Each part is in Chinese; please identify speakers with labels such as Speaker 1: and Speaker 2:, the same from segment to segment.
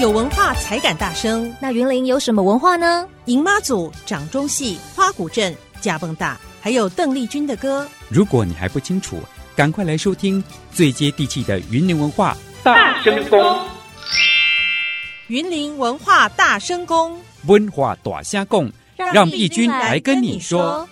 Speaker 1: 有文化才敢大声。
Speaker 2: 那云林有什么文化呢？
Speaker 1: 迎妈祖、掌中戏、花鼓阵、架蹦大，还有邓丽君的歌。
Speaker 3: 如果你还不清楚，赶快来收听最接地气的云林文化。
Speaker 4: 大声公，
Speaker 1: 云林文化大声公，
Speaker 3: 文化大虾共，让义军来跟你说。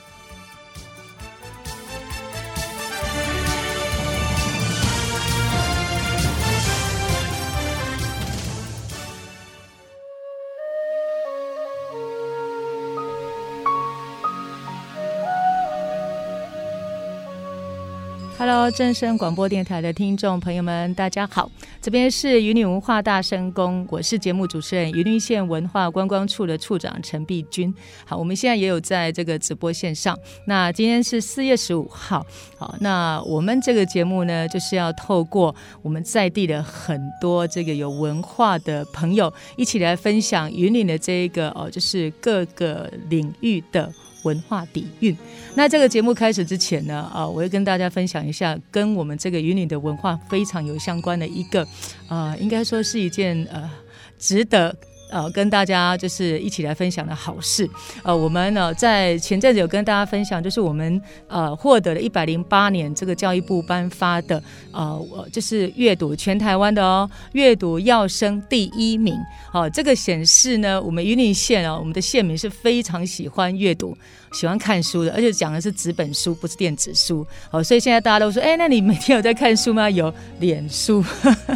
Speaker 5: Hello，正声广播电台的听众朋友们，大家好，这边是云林文化大声宫，我是节目主持人云林县文化观光处的处长陈碧君。好，我们现在也有在这个直播线上。那今天是四月十五号，好，那我们这个节目呢，就是要透过我们在地的很多这个有文化的朋友，一起来分享云林的这一个哦，就是各个领域的。文化底蕴。那这个节目开始之前呢，啊、呃，我会跟大家分享一下跟我们这个云岭的文化非常有相关的一个，呃，应该说是一件呃值得。呃，跟大家就是一起来分享的好事。呃，我们呢、呃、在前阵子有跟大家分享，就是我们呃获得了一百零八年这个教育部颁发的呃，就是阅读全台湾的哦，阅读要生第一名。好、呃，这个显示呢，我们云林县啊、哦，我们的县民是非常喜欢阅读、喜欢看书的，而且讲的是纸本书，不是电子书。好、呃，所以现在大家都说，哎，那你每天有在看书吗？有脸书。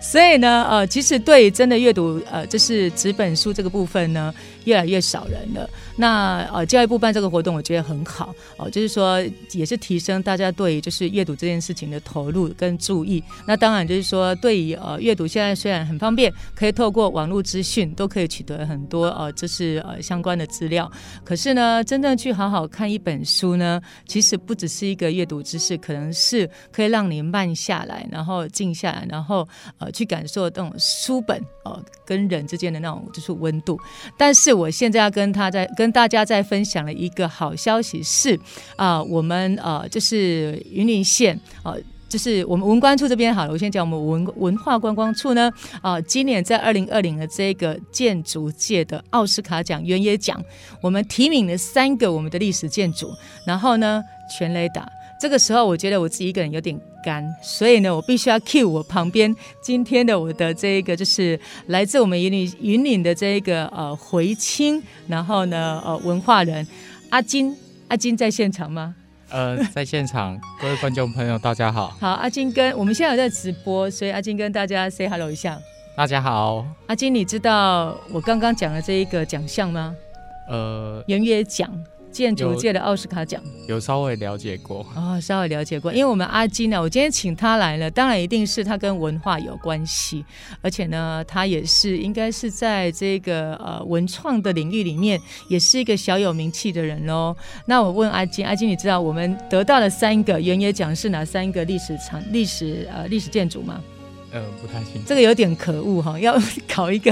Speaker 5: 所以呢，呃，其实对真的阅读，呃，就是。纸本书这个部分呢，越来越少人了。那呃，教育部办这个活动，我觉得很好哦、呃，就是说也是提升大家对就是阅读这件事情的投入跟注意。那当然就是说，对于呃阅读现在虽然很方便，可以透过网络资讯都可以取得很多呃就是呃相关的资料。可是呢，真正去好好看一本书呢，其实不只是一个阅读知识，可能是可以让你慢下来，然后静下来，然后呃去感受那种书本哦、呃、跟人之间的那。就是温度，但是我现在要跟他在跟大家在分享的一个好消息是啊、呃，我们呃就是云林县呃。就是我们文观处这边好了，我先讲我们文文化观光处呢，啊、呃，今年在二零二零的这个建筑界的奥斯卡奖、原野奖，我们提名了三个我们的历史建筑，然后呢全雷达。这个时候，我觉得我自己一个人有点干，所以呢，我必须要 cue 我旁边今天的我的这个就是来自我们云岭云岭的这个呃回青，然后呢呃文化人阿金，阿金在现场吗？
Speaker 6: 呃，在现场各位观众朋友大家好。
Speaker 5: 好，阿金跟我们现在有在直播，所以阿金跟大家 say hello 一下。
Speaker 6: 大家好，
Speaker 5: 阿金，你知道我刚刚讲的这一个奖项吗？
Speaker 6: 呃，
Speaker 5: 原野奖。建筑界的奥斯卡奖
Speaker 6: 有稍微了解过
Speaker 5: 哦，稍微了解过，因为我们阿金呢、啊，我今天请他来了，当然一定是他跟文化有关系，而且呢，他也是应该是在这个呃文创的领域里面，也是一个小有名气的人喽。那我问阿金，阿金，你知道我们得到了三个原野奖是哪三个历史长历史呃历史建筑吗？
Speaker 6: 呃，不太清楚，
Speaker 5: 这个有点可恶哈，要 考一个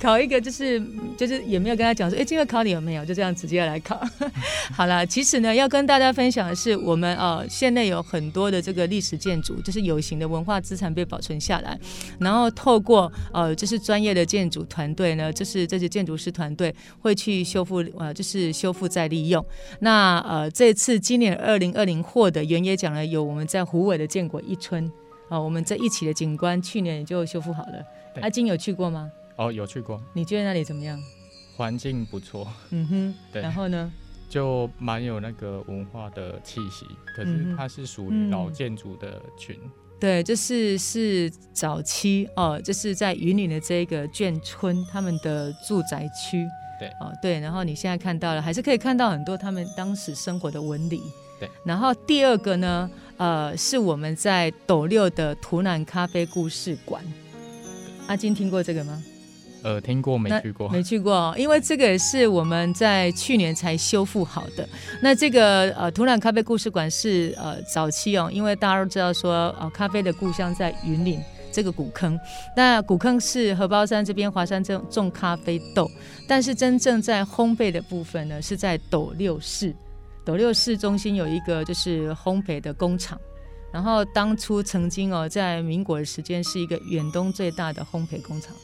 Speaker 5: 考一个就是就是也没有跟他讲说，哎，今天考你有没有？就这样直接来考。 好了，其实呢，要跟大家分享的是，我们呃县内有很多的这个历史建筑，就是有形的文化资产被保存下来，然后透过呃就是专业的建筑团队呢，就是这些建筑师团队会去修复呃就是修复再利用。那呃这次今年二零二零获得原野奖呢，有我们在虎尾的建国一村。哦，我们这一期的景观去年也就修复好了。阿金有去过吗？
Speaker 6: 哦，有去过。
Speaker 5: 你觉得那里怎么样？
Speaker 6: 环境不错。
Speaker 5: 嗯哼。
Speaker 6: 对。
Speaker 5: 然后呢？
Speaker 6: 就蛮有那个文化的气息，可
Speaker 5: 嗯
Speaker 6: 是它是属于老建筑的群。嗯嗯
Speaker 5: 对，就是是早期哦，就是在云岭的这个眷村他们的住宅区。
Speaker 6: 对。
Speaker 5: 哦，对，然后你现在看到了，还是可以看到很多他们当时生活的纹理。
Speaker 6: 对。
Speaker 5: 然后第二个呢？呃，是我们在斗六的图南咖啡故事馆。阿金听过这个吗？
Speaker 6: 呃，听过没去过？
Speaker 5: 没去过、哦，因为这个也是我们在去年才修复好的。那这个呃，图南咖啡故事馆是呃早期哦，因为大家都知道说，呃，咖啡的故乡在云岭。这个古坑，那古坑是荷包山这边华山种种咖啡豆，但是真正在烘焙的部分呢，是在斗六市。斗六市中心有一个就是烘焙的工厂，然后当初曾经哦，在民国的时间是一个远东最大的烘焙工厂，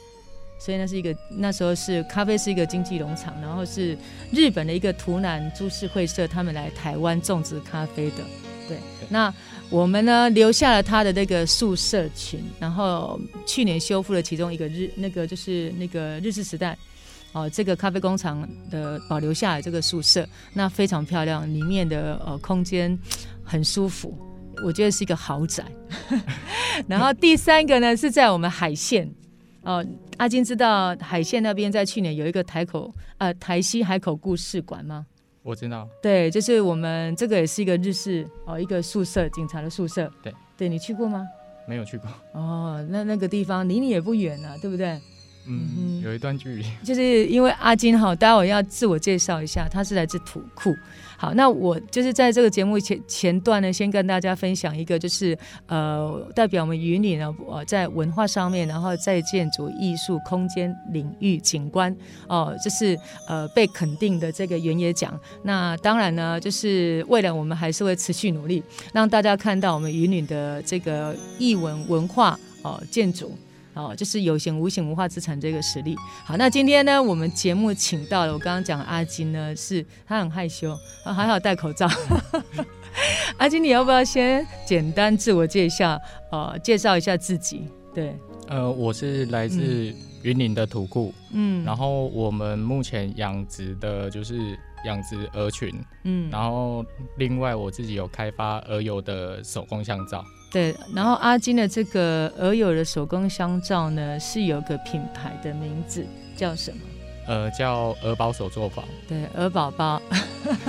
Speaker 5: 所以那是一个那时候是咖啡是一个经济农场，然后是日本的一个图南株式会社他们来台湾种植咖啡的。对，那我们呢留下了他的那个宿舍群，然后去年修复了其中一个日那个就是那个日式时代。哦，这个咖啡工厂的保留下来这个宿舍，那非常漂亮，里面的呃空间很舒服，我觉得是一个豪宅。 然后第三个呢是在我们海线，哦，阿金知道海线那边在去年有一个台口呃台西海口故事馆吗？
Speaker 6: 我知道，
Speaker 5: 对，就是我们这个也是一个日式哦，一个宿舍，警察的宿舍。
Speaker 6: 对，
Speaker 5: 对你去过吗？
Speaker 6: 没有去过，
Speaker 5: 哦，那那个地方离你也不远啊，对不对？嗯哼
Speaker 6: 嗯，有一段距离。
Speaker 5: 就是因为阿金哈，待会要自我介绍一下，他是来自土库。好，那我就是在这个节目前前段呢，先跟大家分享一个，就是呃，代表我们云岭呢，呃，在文化上面，然后在建筑艺术空间领域景观哦、就是呃被肯定的这个原野奖。那当然呢，就是未来我们还是会持续努力，让大家看到我们云岭的这个艺文文化哦、建筑。哦，就是有形无形文化资产这个实力。好，那今天呢，我们节目请到了我刚刚讲的阿金呢，是他很害羞，啊、还好戴口罩。 阿金，你要不要先简单自我介绍？呃，介绍一下自己。对，
Speaker 6: 呃，我是来自云林的土库，
Speaker 5: 嗯，
Speaker 6: 然
Speaker 5: 后，
Speaker 6: 后我们目前养殖的就是养殖鹅群，
Speaker 5: 嗯，
Speaker 6: 然后另外我自己有开发鹅油的手工香皂，
Speaker 5: 对，然后阿金的这个鹅友的手工香皂呢，是有个品牌的名字，叫什么？
Speaker 6: 呃，叫鹅宝手作坊。
Speaker 5: 对，鹅宝宝，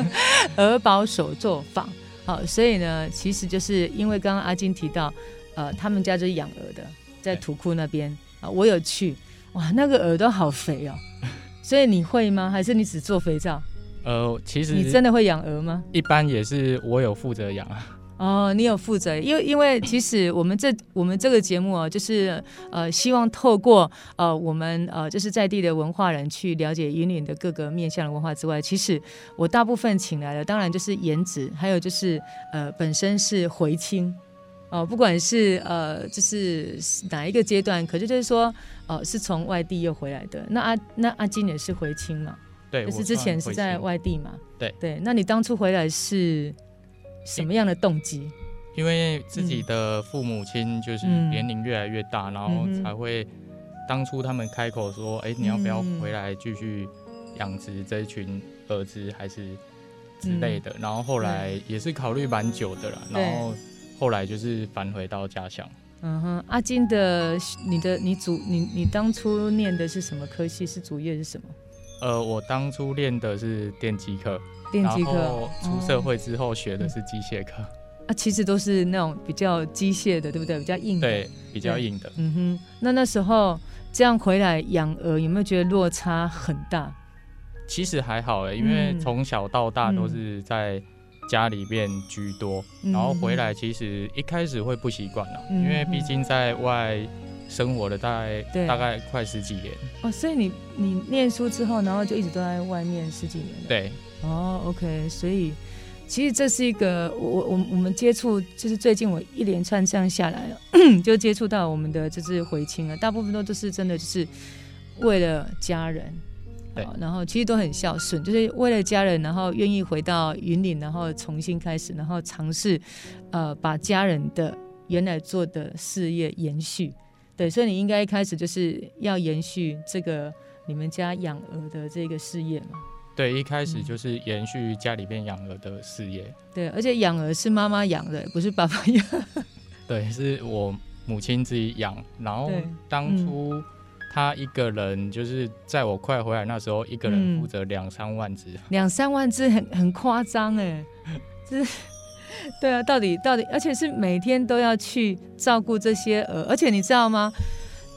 Speaker 5: 鹅宝手作坊。好，所以呢，其实就是因为刚刚阿金提到，呃，他们家就是养鹅的，在
Speaker 6: 对
Speaker 5: 土库那边啊、我有去，哇，那个鹅都好肥哦。所以你会吗？还是你只做肥皂？
Speaker 6: 呃，其实
Speaker 5: 你真的会养鹅吗？
Speaker 6: 一般也是我有负责养 啊，
Speaker 5: 哦，你有负责，因为因为其实我们这我们这个节目哦，就是呃，希望透过呃我们呃就是在地的文化人去了解云岭的各个面向的文化之外，其实我大部分请来的当然就是颜值，还有就是呃本身是回青。哦，不管是呃，就是哪一个阶段，可是就是说，呃，是从外地又回来的。那阿那阿金也是回青嘛，
Speaker 6: 对，
Speaker 5: 就是
Speaker 6: 我
Speaker 5: 之
Speaker 6: 算
Speaker 5: 前
Speaker 6: 会
Speaker 5: 是在
Speaker 6: 清，
Speaker 5: 外地嘛。
Speaker 6: 对
Speaker 5: 对，那你当初回来是什么样的动机？
Speaker 6: 因为自己的父母亲就是
Speaker 5: 嗯
Speaker 6: 年龄越来越大，然后
Speaker 5: 嗯哼
Speaker 6: 才会当初他们开口说，哎、你要不要
Speaker 5: 嗯
Speaker 6: 回来继续养殖这一群鹅只还是之类的？然后后来也是考虑蛮久的啦，
Speaker 5: 嗯对
Speaker 6: 然后后来就是返回到家乡，
Speaker 5: 嗯哼，阿金的，你的，你主，你你当初念的是什么科系？是主业是什么？
Speaker 6: 呃，我当初练的是电机课，
Speaker 5: 电机
Speaker 6: 然
Speaker 5: 科
Speaker 6: 后。出社
Speaker 5: 哦
Speaker 6: 会之后学的是机械课，
Speaker 5: 啊，其实都是那种比较机械的，对不对？比较硬的。。
Speaker 6: 对，比较
Speaker 5: 嗯对
Speaker 6: 硬的。
Speaker 5: 嗯哼，那那时候这样回来养鹅，有没有觉得落差很大？
Speaker 6: 其实还好欸诶，因为
Speaker 5: 嗯
Speaker 6: 从小到大都是在家里面居多，
Speaker 5: 嗯
Speaker 6: 然后回来其实一开始会不习惯啦，
Speaker 5: 嗯
Speaker 6: 因为毕竟在外生活了大概
Speaker 5: 对
Speaker 6: 大概快十几年，
Speaker 5: 哦，所以你你念书之后，然后就一直都在外面十几年了。。
Speaker 6: 对，
Speaker 5: 哦，OK，所以其实这是一个我我我我们接触，就是最近我一连串这样下来， 就接触到我们的就是回青了，大部分都都是真的就是为了家人。
Speaker 6: 对
Speaker 5: 好然后其实都很孝顺，就是为了家人，然后愿意回到云岭，然后重新开始，然后尝试，呃，把家人的原来做的事业延续。对，所以你应该一开始就是要延续这个你们家养鹅的这个事业嘛。
Speaker 6: 对，一开
Speaker 5: 嗯
Speaker 6: 始就是延续家里面养鹅的事业，
Speaker 5: 对，而且养鹅是妈妈养的，不是爸爸养。
Speaker 6: 对，是我母亲自己养，然后
Speaker 5: 对嗯
Speaker 6: 当初她一个人就是在我快回来那时候，一个人
Speaker 5: 嗯
Speaker 6: 负责两三万只，
Speaker 5: 两三万只很很夸张哎，这是对啊，到底到底，而且是每天都要去照顾这些鹅，而且你知道吗？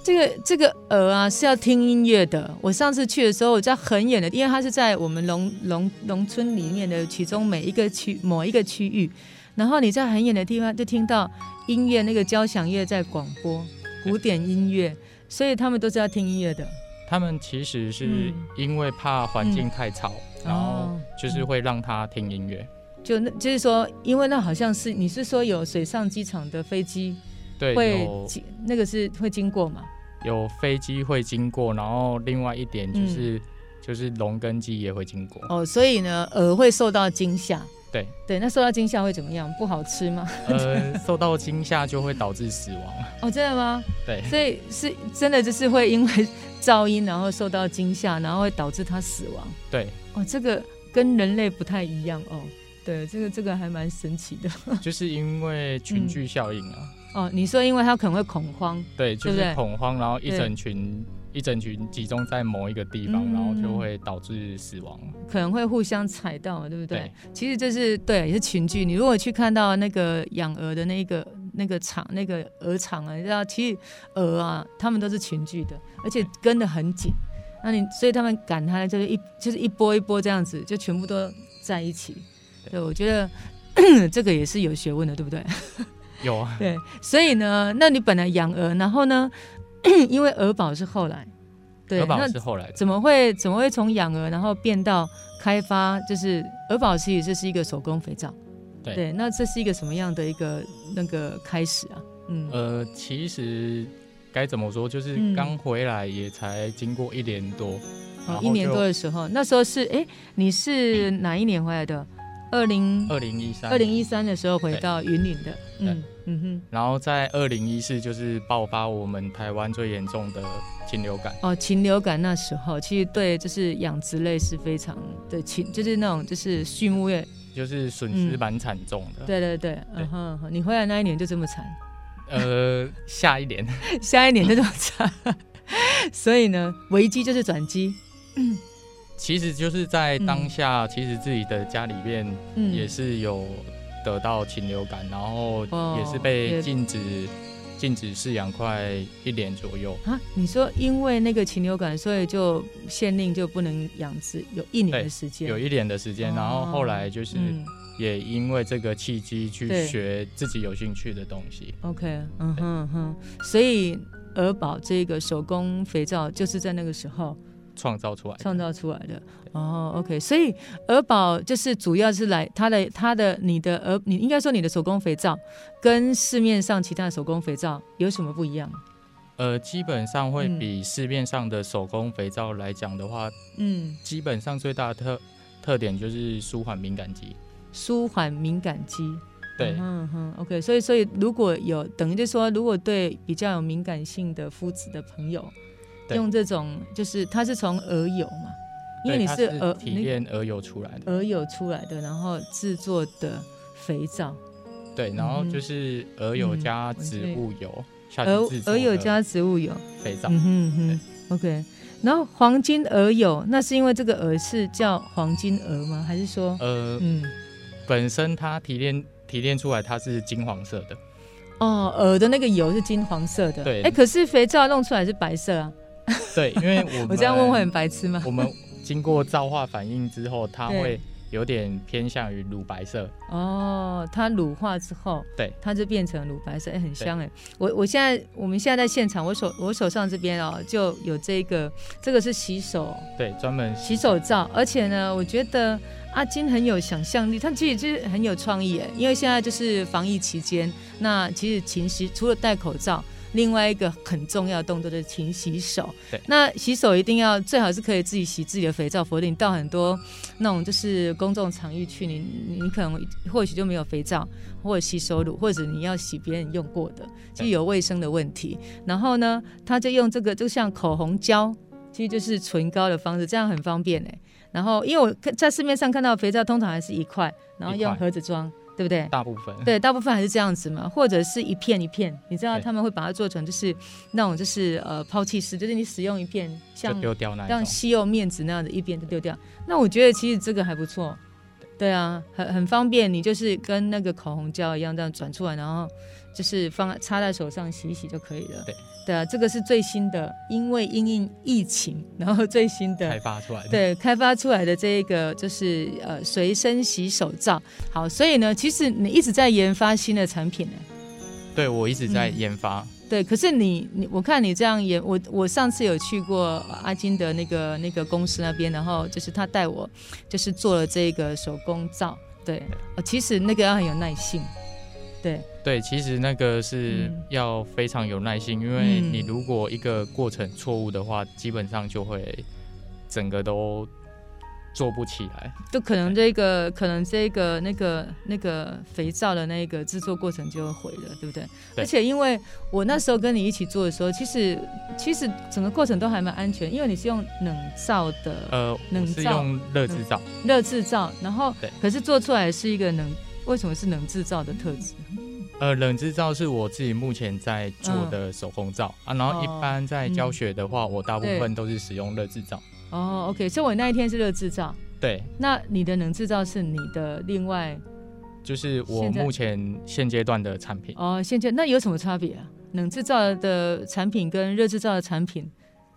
Speaker 5: 这个这个鹅啊是要听音乐的。我上次去的时候，我在很远的，因为它是在我们农农农村里面的其中每一个区某一个区域，然后你在很远的地方就听到音乐那个交响乐在广播，古典音乐，所以他们都是要听音乐的。
Speaker 6: 他们其实是
Speaker 5: 嗯
Speaker 6: 因为怕环境太吵，
Speaker 5: 嗯
Speaker 6: 然后
Speaker 5: 哦
Speaker 6: 就是会让他听音乐。
Speaker 5: 就那就是说，因为那好像是你是说有水上机场的飞机
Speaker 6: 对，
Speaker 5: 会
Speaker 6: 有
Speaker 5: 经那个是会经过嘛？
Speaker 6: 有飞机会经过，然后另外一点就
Speaker 5: 嗯
Speaker 6: 是、就是龙跟鸡也会经过，
Speaker 5: 哦，所以呢，鹅会受到惊吓。
Speaker 6: 对
Speaker 5: 对，那受到惊吓会怎么样？不好吃吗？
Speaker 6: 呃，受到惊吓就会导致死亡。
Speaker 5: 哦，真的吗？
Speaker 6: 对，
Speaker 5: 所以是真的就是会因为噪音，然后受到惊吓，然后会导致它死亡。
Speaker 6: 对，
Speaker 5: 哦，这个跟人类不太一样哦。对，这个这个还蛮神奇的
Speaker 6: 就是因为
Speaker 5: 嗯
Speaker 6: 群聚效应啊，
Speaker 5: 哦。你说，因为它可能会恐慌，
Speaker 6: 对，就
Speaker 5: 对不对
Speaker 6: 是恐慌，然后一
Speaker 5: 对
Speaker 6: 整群一整群集中在某一个地方，
Speaker 5: 嗯
Speaker 6: 然后就会导致死亡。
Speaker 5: 可能会互相踩到，对不对？其实这是对，也是群聚。你如果去看到那个养鹅的那个那个场那个鹅场啊，你知道，其实鹅啊，它们都是群聚的，而且跟得很紧。那你所以他们赶它就是一就是一波一波这样子，就全部都在一起。
Speaker 6: 对
Speaker 5: 对，我觉得 这个也是有学问的，对 不对？
Speaker 6: 有啊，
Speaker 5: 对，所以呢，那你本来养鹅，然后呢， 因为鹅堡是后来，对，
Speaker 6: 核保
Speaker 5: 那
Speaker 6: 是后来的，
Speaker 5: 怎么会怎么会从养鹅然后变到开发？就是鹅宝其实这是一个手工肥皂，
Speaker 6: 对
Speaker 5: 那这是一个什么样的一个那个开始啊？嗯，
Speaker 6: 呃，其实该怎么说，就是
Speaker 5: 嗯
Speaker 6: 刚回来也才经过一年多，然
Speaker 5: 哦
Speaker 6: 后，
Speaker 5: 一年
Speaker 6: 就
Speaker 5: 多的时候，那时候是哎，你是哪一年回来的？二零
Speaker 6: 二零一三，
Speaker 5: 二零一，三的时候回到云林的，嗯嗯
Speaker 6: 然后在二零一四就是爆发我们台湾最严重的禽流感。
Speaker 5: 哼，哦，禽流感那时候其实对就是养殖类是非常对禽，就是那种就是畜牧业，
Speaker 6: 就是损失蛮惨重的。，
Speaker 5: 嗯对对对，嗯哼，你回来那一年就这么惨。
Speaker 6: 呃，下一年
Speaker 5: 下一年就这么惨。 所以呢，危机就是转机，
Speaker 6: 其实就是在当下，其实自己的家里面
Speaker 5: 嗯
Speaker 6: 也是有得到禽流感，然后
Speaker 5: 哦
Speaker 6: 也是被
Speaker 5: 也
Speaker 6: 禁止禁止饲养快一年左右。
Speaker 5: 啊，你说因为那个禽流感，所以就限令就不能养殖，有一年的
Speaker 6: 对
Speaker 5: 时间，
Speaker 6: 有一年的时间，
Speaker 5: 哦
Speaker 6: 然后后来就是
Speaker 5: 嗯
Speaker 6: 也因为这个契
Speaker 5: 对
Speaker 6: 机去学自己有兴趣的东西。
Speaker 5: ，OK，嗯哼嗯哼，所以鹅宝这个手工肥皂就是在那个时候
Speaker 6: 创造出来的，
Speaker 5: 创造出来的。哦，OK，所以鹅宝就是主要是来它的它的你的鹅，你应该说你的手工肥皂跟市面上其他的手工肥皂有什么不一样？
Speaker 6: 呃，基本上会
Speaker 5: 嗯
Speaker 6: 比市面上的手工肥皂来讲的话，
Speaker 5: 嗯，
Speaker 6: 基本上最大的特特点就是舒缓敏感肌。
Speaker 5: 舒缓敏感肌。
Speaker 6: 对，
Speaker 5: 嗯哼，OK，所以所以如果有等于就说，如果对比较有敏感性的肤质的朋友，
Speaker 6: 对
Speaker 5: 用这种就是它是从鹅油嘛，因为
Speaker 6: 对
Speaker 5: 你
Speaker 6: 它
Speaker 5: 是
Speaker 6: 是
Speaker 5: 鹅
Speaker 6: 体
Speaker 5: 那
Speaker 6: 验而有出来的。
Speaker 5: 鹅油出来的，然后制作的肥皂，
Speaker 6: 对，然后
Speaker 5: 嗯哼
Speaker 6: 就是鹅油
Speaker 5: 嗯
Speaker 6: 加
Speaker 5: 我
Speaker 6: 植
Speaker 5: 对
Speaker 6: 物油下去
Speaker 5: 鹅
Speaker 6: 制作
Speaker 5: 鹅油
Speaker 6: 的
Speaker 5: 加植物油，
Speaker 6: 肥皂。
Speaker 5: 嗯哼嗯哼，OK。然后黄金鹅油，那是因为这个鹅是叫黄金鹅吗？还是说，
Speaker 6: 呃，
Speaker 5: 嗯，
Speaker 6: 本身它提炼提炼出来它是金黄色 的，
Speaker 5: 哦，鹅的那个油是金黄色的，
Speaker 6: 对
Speaker 5: 哎，可是肥皂弄出来是白色啊，
Speaker 6: 对，因为我
Speaker 5: 我这样问会很
Speaker 6: 们
Speaker 5: 白痴吗？
Speaker 6: 我们经过皂化反应之后，它
Speaker 5: 对
Speaker 6: 会有点偏向于乳白色。
Speaker 5: 哦，它乳化之后，
Speaker 6: 对，
Speaker 5: 它就变成乳白色，哎、很香哎。我我现在我们现在在现场，我手我手上这边哦就有这个，这个是洗手
Speaker 6: 对，专门
Speaker 5: 洗手皂，而且呢，我觉得阿金很有想象力，他其实就是很有创意哎，因为现在就是防疫期间，那其实勤洗除了戴口罩。另外一个很重要的动作就是勤洗手
Speaker 6: 对。
Speaker 5: 那洗手一定要最好是可以自己洗自己的肥皂，否则你到很多那种就是公众场域去，你你可能或许就没有肥皂或者洗手乳，或者你要洗别人用过的，就有卫生的问题。然后呢，他就用这个就像口红胶，其实就是唇膏的方式，这样很方便哎。然后因为我看在市面上看到的肥皂通常还是一块，嗯然后
Speaker 6: 一块
Speaker 5: 用盒子装，对不对？
Speaker 6: 大部分。
Speaker 5: 对，大部分还是这样子嘛，或者是一片一片，你知道
Speaker 6: 对
Speaker 5: 他们会把它做成就是那种就是呃抛弃式，就是你使用一片
Speaker 6: 就
Speaker 5: 像
Speaker 6: 丢掉那一
Speaker 5: 像
Speaker 6: 种，
Speaker 5: 西柚面子那样的一边就丢掉。那我觉得其实这个还不错，对啊，很很方便，你就是跟那个口红胶一样这样转出来，然后就是放插在手上洗一洗就可以了。
Speaker 6: 对，
Speaker 5: 对啊，这个是最新的，因为因应疫情，然后最新的
Speaker 6: 开发出来的。
Speaker 5: 对，开发出来的这一个就是呃随身洗手皂。好，所以呢，其实你一直在研发新的产品呢。
Speaker 6: 对，我一直在
Speaker 5: 嗯
Speaker 6: 研发。
Speaker 5: 对，可是你你我看你这样研，我我上次有去过呃阿金的那个那个公司那边，然后就是他带我就是做了这个手工皂。对，哦，其实那个要很有耐性，对，
Speaker 6: 对，其实那个是
Speaker 5: 嗯
Speaker 6: 要非常有耐心，因为
Speaker 5: 嗯
Speaker 6: 你如果一个过程错误的话，基本上就会整个都做不起来。
Speaker 5: 就可能这个可能这个那个那个肥皂的那个制作过程就会毁了，对不对？
Speaker 6: 对
Speaker 5: 而且因为我那时候跟你一起做的时候，其实其实整个过程都还蛮安全，因为你是用冷皂的
Speaker 6: 呃，
Speaker 5: 冷
Speaker 6: 我是
Speaker 5: 皂
Speaker 6: 用热
Speaker 5: 嗯
Speaker 6: 制皂，
Speaker 5: 热制皂，然后
Speaker 6: 对
Speaker 5: 可是做出来是一个冷，为什么是冷制皂的特质？
Speaker 6: 呃，冷制皂是我自己目前在做的手工皂、啊，然后
Speaker 5: 嗯哦
Speaker 6: 一般在教学的话，我大部
Speaker 5: 对
Speaker 6: 分都是使用热制皂。
Speaker 5: 哦，OK，所以我那一天是热制皂，
Speaker 6: 对，
Speaker 5: 那你的冷制皂是你的另外
Speaker 6: 就是我
Speaker 5: 现在
Speaker 6: 目前现阶段的产品。
Speaker 5: 哦，现在那有什么差别啊？冷制造的产品跟热制造的产品，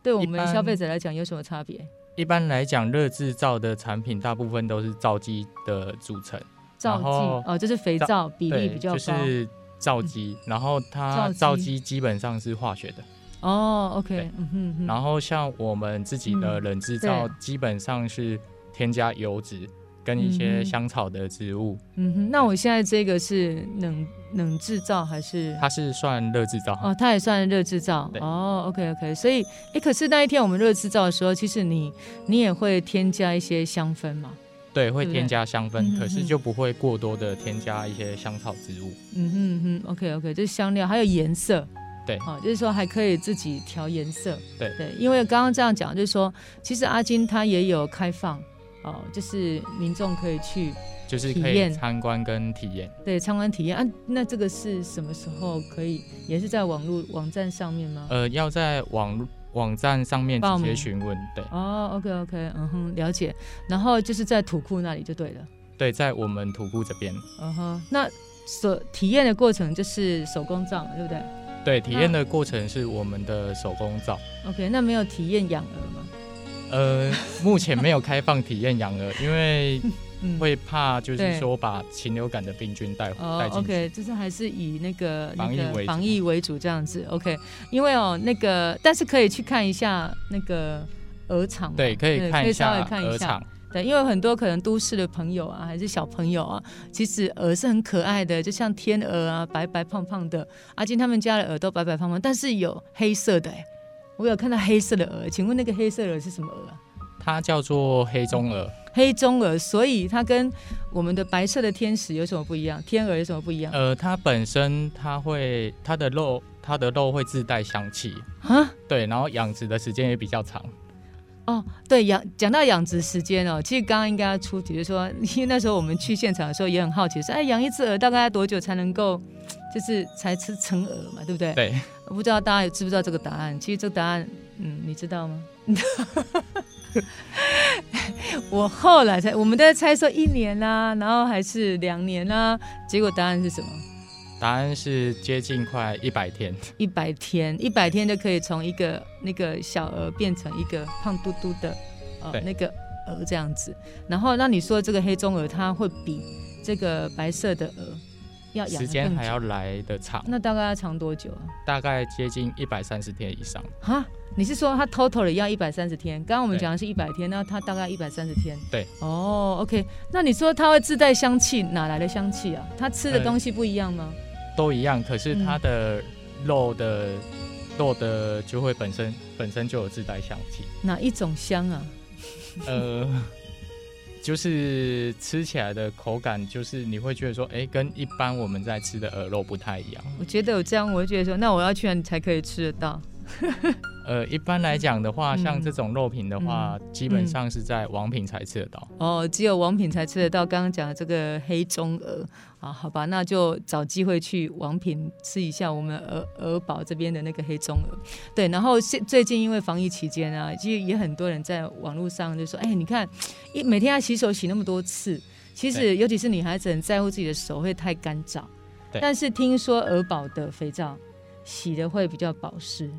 Speaker 5: 对我
Speaker 6: 一
Speaker 5: 们
Speaker 6: 般
Speaker 5: 消费者来讲有什么差别？
Speaker 6: 一般来讲，热制皂的产品大部分都是皂基的组成，
Speaker 5: 皂
Speaker 6: 然后
Speaker 5: 剂哦，就是肥
Speaker 6: 皂
Speaker 5: 皂比例比
Speaker 6: 对，
Speaker 5: 较高。嗯
Speaker 6: 就是皂基，然后它
Speaker 5: 皂基
Speaker 6: 皂基基本上是化学的，
Speaker 5: 哦
Speaker 6: 对
Speaker 5: ，OK，嗯哼哼，
Speaker 6: 然后像我们自己的冷制皂基本上是添加油脂跟一
Speaker 5: 嗯
Speaker 6: 些
Speaker 5: 哼
Speaker 6: 香草的植物，
Speaker 5: 嗯哼，那我现在这个是冷冷制造还是？
Speaker 6: 它是算热制皂。
Speaker 5: 哦，它也算热制造
Speaker 6: 对
Speaker 5: 哦，OK OK，所以诶，可是那一天我们热制造的时候，其实你你也会添加一些香氛嘛，
Speaker 6: 对，会
Speaker 5: 对不对
Speaker 6: 添加香
Speaker 5: 嗯
Speaker 6: 氛，可是
Speaker 5: 嗯
Speaker 6: 就不会过多的添加一些香草植物。
Speaker 5: 嗯哼嗯哼，OK OK，就是香料，还有颜色，
Speaker 6: 对
Speaker 5: 好、就是说还可以自己调颜色，
Speaker 6: 对
Speaker 5: 对，因为刚刚这样讲，就是说其实阿金他也有开放，哦，就是民众可以去
Speaker 6: 就是可
Speaker 5: 体验
Speaker 6: 以参观跟体验。
Speaker 5: 对参观体验啊，那这个是什么时候可以？也是在网络网站上面吗？
Speaker 6: 呃，要在网网站上面
Speaker 5: 报
Speaker 6: 直接
Speaker 5: 名
Speaker 6: 询问。对
Speaker 5: 哦，OK OK，嗯哼，了解。然后就是在土库那里就对了，
Speaker 6: 对，在我们土库这边，
Speaker 5: 嗯哼，那所体验的过程就是手工皂嘛，对不对
Speaker 6: 对体
Speaker 5: 嗯
Speaker 6: 验的过程是我们的手工皂。
Speaker 5: ？OK，那没有体验养鹅吗？
Speaker 6: 呃，目前没有开放体验养鹅，因为
Speaker 5: 嗯
Speaker 6: 会怕就是
Speaker 5: 对
Speaker 6: 说把禽流感的病菌带带
Speaker 5: 哦
Speaker 6: 进去。
Speaker 5: ，OK，就是还是以那个
Speaker 6: 防疫
Speaker 5: 那
Speaker 6: 为
Speaker 5: 个
Speaker 6: 主
Speaker 5: 防疫为主这样子，OK。因为哦，那个但是可以去看一下那个鹅场嘛，
Speaker 6: 对，可以看
Speaker 5: 可
Speaker 6: 一
Speaker 5: 以稍微
Speaker 6: 下
Speaker 5: 看
Speaker 6: 鹅
Speaker 5: 一下
Speaker 6: 场，，
Speaker 5: 对，因为很多可能都市的朋友啊，还是小朋友啊，其实鹅是很可爱的，就像天鹅啊，白白胖胖的。阿金他们家的鹅都白白胖胖，但是有黑色的、欸，我有看到黑色的鹅，请问那个黑色的鹅是什么鹅啊？
Speaker 6: 它叫做黑中鹅。
Speaker 5: 黑中鹅，所以它跟我们的白色的天使有什么不一样？天鹅有什么不一样？
Speaker 6: 呃，它本身它会它的肉它的肉会自带香气，
Speaker 5: 啊？
Speaker 6: 对，然后养殖的时间也比较长。
Speaker 5: 哦，对，养讲到养殖时间哦，其实刚刚应该要出题，就是说，因为那时候我们去现场的时候也很好奇，说，哎，养一只鹅大概要多久才能够，就是才吃成鹅嘛，对不对？
Speaker 6: 对，
Speaker 5: 我不知道大家知不知道这个答案？其实这个答案，嗯，你知道吗？ 我后来才，我们都在猜说一年啦、然后还是两年啦、结果答案是什么？
Speaker 6: 答案是接近快一百天。
Speaker 5: 一百天，一百天就可以从一个那个小鹅变成一个胖嘟嘟的，呃
Speaker 6: 对，
Speaker 5: 那个鹅这样子。然后，那你说这个黑中鹅，它会比这个白色的鹅要养得
Speaker 6: 时间
Speaker 5: 更
Speaker 6: 还
Speaker 5: 久
Speaker 6: 要来的长，
Speaker 5: 那大概要长多久啊？
Speaker 6: 大概接近一百三十天以上。
Speaker 5: 哈，你是说它 total 要一百三十天？刚刚我们
Speaker 6: 对
Speaker 5: 讲的是一百天，那它大概一百三十天。
Speaker 6: 对。
Speaker 5: 哦，OK，那你说它会自带香气，哪来的香气啊？它吃的
Speaker 6: 呃
Speaker 5: 东西不一样吗？
Speaker 6: 都一样，可是
Speaker 5: 嗯
Speaker 6: 它的肉的、肉的就会本身本身就有自带香 气，
Speaker 5: 哪一种香啊？
Speaker 6: 呃，就是吃起来的口感，就是你会觉得说，哎、跟一般我们在吃的鹅肉不太一样。
Speaker 5: 我觉得有这样，我会觉得说，那我要去哪里才可以吃得到？
Speaker 6: 呃，一般来讲的话，
Speaker 5: 嗯
Speaker 6: 像这种肉品的话，基本上是在王品才吃得到。
Speaker 5: 哦，只有王品才吃得到刚刚讲的这个黑中鹅啊，好吧，那就找机会去王品吃一下我们鹅鹅堡这边的那个黑中鹅。对，然后现最近因为防疫期间啊，其实也很多人在网络上就说，哎，你看，一每天要洗手洗那么多次，其实
Speaker 6: 对
Speaker 5: 尤其是女孩子很在乎自己的手会太干燥，
Speaker 6: 对
Speaker 5: 但是听说鹅堡的肥皂洗的会比较保湿。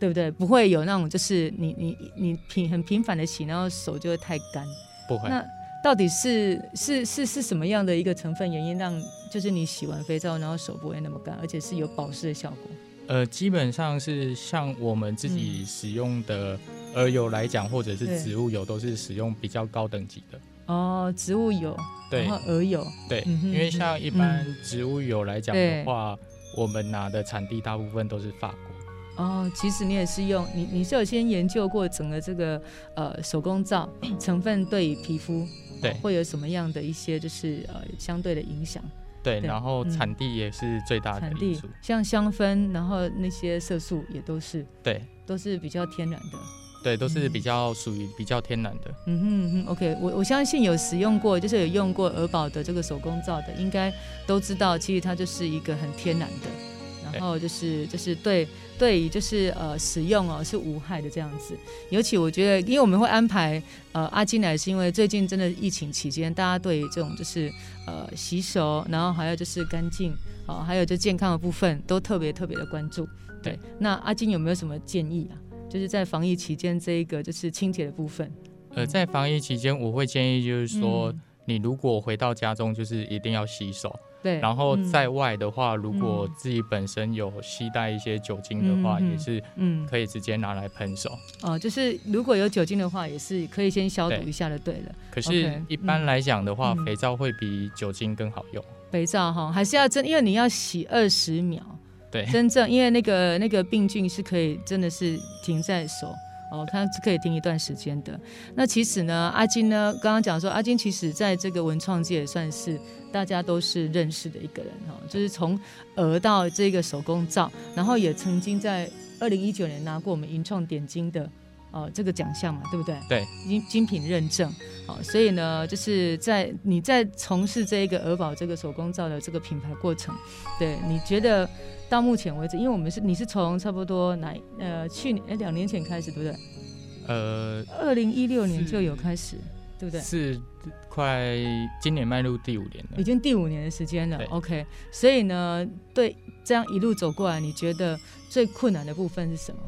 Speaker 5: 对不对？不会有那种，就是你你你频很频繁的洗，然后手就会太干。
Speaker 6: 不会，
Speaker 5: 那到底是是是是什么样的一个成分原因让就是你洗完肥皂然后手不会那么干，而且是有保湿的效果？
Speaker 6: 呃，基本上是像我们自己使用的鹅油来讲，或者
Speaker 5: 嗯对
Speaker 6: 是植物油，都是使用比较高等级的。
Speaker 5: 哦，植物油，
Speaker 6: 对
Speaker 5: 然后鹅油，
Speaker 6: 对，
Speaker 5: 嗯哼嗯
Speaker 6: 因为像一般植物油来讲
Speaker 5: 对
Speaker 6: 的话，我们拿的产地大部分都是法国，
Speaker 5: 哦，其实你也是用你，你是有先研究过整个这个呃手工皂 成分对于皮肤
Speaker 6: 对
Speaker 5: 会有什么样的一些就是呃相对的影响？
Speaker 6: 对，
Speaker 5: 对
Speaker 6: 然后
Speaker 5: 嗯
Speaker 6: 产地也是最大的
Speaker 5: 产
Speaker 6: 因
Speaker 5: 地
Speaker 6: 素，
Speaker 5: 像香氛，然后那些色素也都是
Speaker 6: 对
Speaker 5: 都是比较天然的。
Speaker 6: 对，都是
Speaker 5: 嗯
Speaker 6: 比较属于比较天然的，
Speaker 5: 嗯哼嗯哼，OK，我我相信有使用过，就是有用过鹅宝的这个手工皂的，应该都知道，其实它就是一个很天然的，然后就是就是对对于就是呃使用哦是无害的这样子。尤其我觉得，因为我们会安排呃阿金来，是因为最近真的疫情期间，大家对于这种就是呃洗手，然后还有就是干净哦，还有就健康的部分都特别特别的关注。对，
Speaker 6: 对
Speaker 5: 那阿金有没有什么建议啊？就是在防疫期间这一个就是清洁的部分。
Speaker 6: 呃，在防疫期间，我会建议就是说，
Speaker 5: 嗯
Speaker 6: 你如果回到家中，就是一定要洗手。
Speaker 5: 对，
Speaker 6: 然后
Speaker 5: 嗯
Speaker 6: 在外的话，如果
Speaker 5: 嗯
Speaker 6: 自己本身有携带一些酒精的话，
Speaker 5: 嗯嗯嗯
Speaker 6: 也是
Speaker 5: 嗯
Speaker 6: 可以直接拿来喷手。
Speaker 5: 哦、就是如果有酒精的话，也是可以先消毒
Speaker 6: 对
Speaker 5: 一下就对了。
Speaker 6: 可是
Speaker 5: OK，，
Speaker 6: 一般来讲的话，
Speaker 5: 嗯
Speaker 6: 肥皂会比酒精更好用。
Speaker 5: 肥皂哈，还是要真，因为你要洗二十秒，
Speaker 6: 对，
Speaker 5: 真正因为那个那个病菌是可以真的是停在手。哦，它是可以停一段时间的。那其实呢，阿金呢，刚刚讲说，阿金其实在这个文创界也算是大家都是认识的一个人哈、哦，就是从鹅到这个手工皂，然后也曾经在二零一九年拿过我们银创点睛的呃这个奖项嘛，对不对？
Speaker 6: 对，
Speaker 5: 精精品认证。好，所以呢，就是在你在从事这个鹅宝这个手工皂的这个品牌过程，对，你觉得到目前为止，因为我们是你是从差不多哪呃去年哎两年前开始，对不对？
Speaker 6: 呃，
Speaker 5: 二零一六年
Speaker 6: 是
Speaker 5: 就有开始，对不对？
Speaker 6: 是快今年迈入第五年
Speaker 5: 已
Speaker 6: 了。
Speaker 5: 经第五年的时间了
Speaker 6: 对
Speaker 5: ，OK。所以呢，对这样一路走过来，你觉得最困难的部分是什么？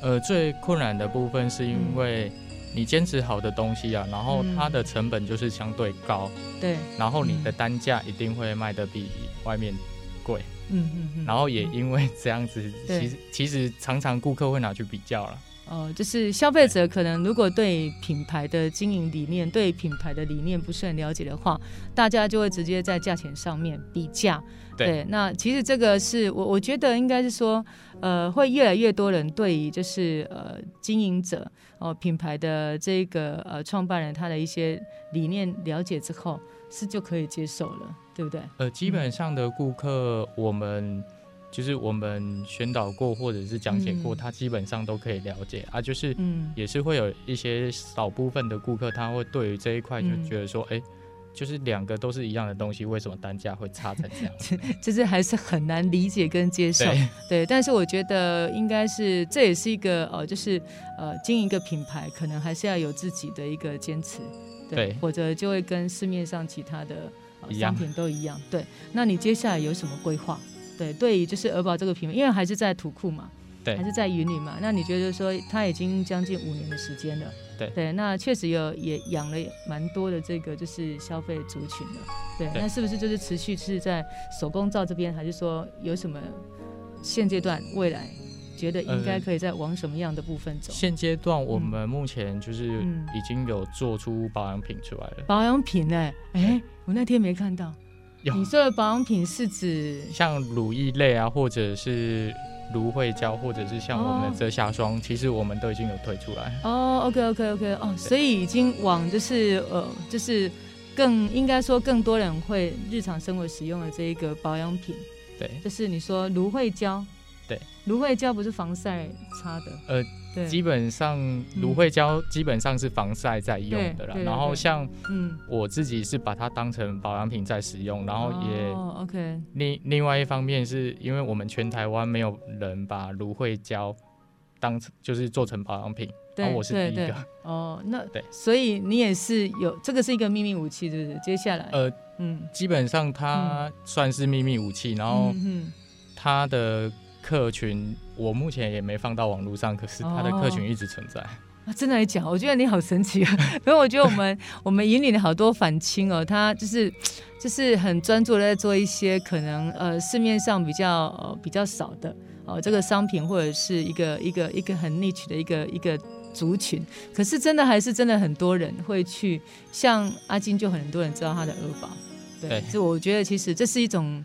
Speaker 6: 呃，最困难的部分是
Speaker 5: 嗯
Speaker 6: 因为你坚持好的东西啊，然后它的成本就是相对高，
Speaker 5: 对，
Speaker 6: 然后你的单价一定会卖得比外面贵，
Speaker 5: 嗯嗯嗯。
Speaker 6: 然后也因为这样子，
Speaker 5: 对
Speaker 6: 其实其实常常顾客会拿去比较了。
Speaker 5: 哦，就是消费者可能如果对品牌的经营理念、对品牌的理念不是很了解的话，大家就会直接在价钱上面比价。
Speaker 6: 对
Speaker 5: 那其实这个是我我觉得应该是说，呃，会越来越多人对于就是呃经营者哦、品牌的这个呃创办人他的一些理念了解之后，是就可以接受了，对不对？
Speaker 6: 呃，基本上的顾客，我们就是我们宣导过或者是讲解过，
Speaker 5: 嗯
Speaker 6: 他基本上都可以了解啊。就是
Speaker 5: 嗯，
Speaker 6: 也是会有一些少部分的顾客，他会对于这一块就
Speaker 5: 嗯
Speaker 6: 觉得说，哎、就是两个都是一样的东西，为什么单价会差成这样子呢？
Speaker 5: 就是还是很难理解跟接受。
Speaker 6: 对
Speaker 5: 对，但是我觉得应该是这也是一个呃，就是呃，经营一个品牌，可能还是要有自己的一个坚持，对，
Speaker 6: 对
Speaker 5: 或者就会跟市面上其他的、呃、
Speaker 6: 一
Speaker 5: 商
Speaker 6: 样
Speaker 5: 品都一样。对，那你接下来有什么规划？对，对于就是鹅宝这个品牌，因为还是在土库嘛，
Speaker 6: 对
Speaker 5: 还是在云林嘛，那你觉得说它已经将近五年的时间了，
Speaker 6: 对
Speaker 5: 对，那确实有也养了蛮多的这个就是消费族群了，对，
Speaker 6: 对
Speaker 5: 那是不是就是持续是在手工皂这边，还是说有什么现阶段未来觉得应该
Speaker 6: 呃
Speaker 5: 可以再往什么样的部分走？
Speaker 6: 现阶段我们目前就是
Speaker 5: 嗯
Speaker 6: 已经有做出保养品出来了，
Speaker 5: 保养品呢、哎、
Speaker 6: 对
Speaker 5: 我那天没看到，
Speaker 6: 有
Speaker 5: 你说的保养品是指
Speaker 6: 像乳液类啊，或者是芦荟胶，或者是像我们
Speaker 5: 哦
Speaker 6: 的遮瑕霜，其实我们都已经有推出来。
Speaker 5: 哦，OK OK OK，哦，所以已经往就是呃，就是更应该说更多人会日常生活使用的这一个保养品，
Speaker 6: 对，
Speaker 5: 就是你说芦荟胶，
Speaker 6: 对，
Speaker 5: 芦荟胶不是防晒擦的，
Speaker 6: 呃，基
Speaker 5: 对，
Speaker 6: 本上芦荟胶基本上是防晒在用的
Speaker 5: 对对，
Speaker 6: 啦
Speaker 5: 对
Speaker 6: 然后像
Speaker 5: 嗯，
Speaker 6: 我自己是把它当成保养品在使用，然后也
Speaker 5: 哦，OK，
Speaker 6: 另另外一方面是因为我们全台湾没有人把芦荟胶当成就是做成保养品，
Speaker 5: 对，
Speaker 6: 然后我是
Speaker 5: 对
Speaker 6: 第一
Speaker 5: 对
Speaker 6: 个，
Speaker 5: 哦，那
Speaker 6: 对
Speaker 5: 所以你也是有这个是一个秘密武器，对不对？接下来，
Speaker 6: 呃，
Speaker 5: 嗯，
Speaker 6: 基本上它算是秘密武器，然后
Speaker 5: 嗯
Speaker 6: 它的客群我目前也没放到网络上，可是它的
Speaker 5: 哦
Speaker 6: 客群一直存在，
Speaker 5: 啊，真的来讲，我觉得你好神奇啊！ 因为我觉得我们我们引领了好多反清哦，他就是就是很专注的在做一些可能呃市面上比较呃呃比较少的哦、这个商品或者是一个一个一个很 niche 的一个一个族群，可是真的还是真的很多人会去，像阿金就很多人知道他的鹅堡，对
Speaker 6: 对，
Speaker 5: 这我觉得其实这是一种。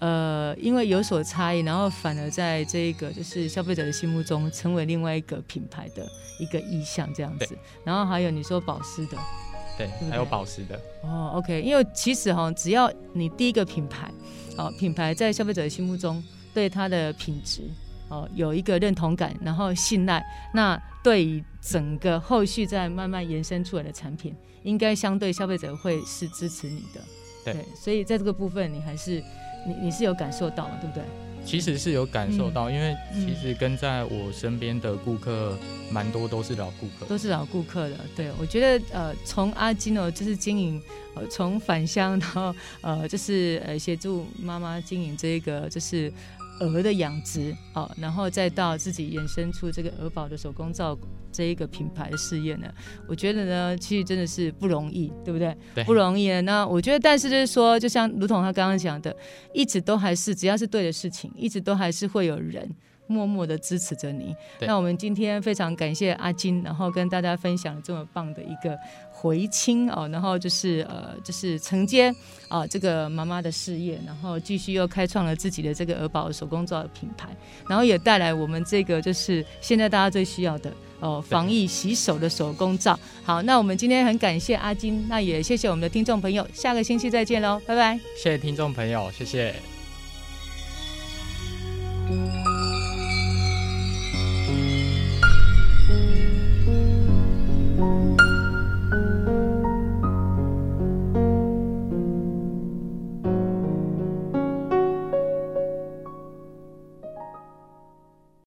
Speaker 5: 呃，因为有所差异，然后反而在这一个就是消费者的心目中成为另外一个品牌的一个意向这样子。然后还有你说保湿的，
Speaker 6: 对
Speaker 5: 不，
Speaker 6: 还有
Speaker 5: 对
Speaker 6: 保湿的，
Speaker 5: 哦，OK，因为其实哈、只要你第一个品牌，哦，品牌在消费者的心目中对它的品质哦有一个认同感，然后信赖，那对于整个后续再慢慢延伸出来的产品，应该相对消费者会是支持你的。
Speaker 6: 对
Speaker 5: 所以在这个部分，你还是你你是有感受到嘛，对不对？
Speaker 6: 其实是有感受
Speaker 5: 嗯
Speaker 6: 到，因为其
Speaker 5: 嗯
Speaker 6: 实跟在我身边的顾客蛮多都是老顾客，
Speaker 5: 都是老顾客的。对，我觉得呃，从阿金哦，就是经营，呃，从返乡，然后呃，就是呃，协助妈妈经营这个就是鹅的呃养殖哦，然后再到自己衍生出这个鹅宝的手工皂这一个品牌的事业呢，我觉得呢，其实真的是不容易，对不对？
Speaker 6: 对
Speaker 5: 不容易的。那我觉得，但是就是说，就像如同他刚刚讲的，一直都还是只要是对的事情，一直都还是会有人默默的支持着你。
Speaker 6: 对
Speaker 5: 那我们今天非常感谢阿金，然后跟大家分享这么棒的一个回青哦，然后就是呃，就是承接啊、这个妈妈的事业，然后继续又开创了自己的这个鹅宝手工皂的品牌，然后也带来我们这个就是现在大家最需要的。哦，防疫洗手的手工皂。好，那我们今天很感谢阿金，那也谢谢我们的听众朋友，下个星期再见喽，拜拜。
Speaker 6: 谢谢听众朋友，谢谢。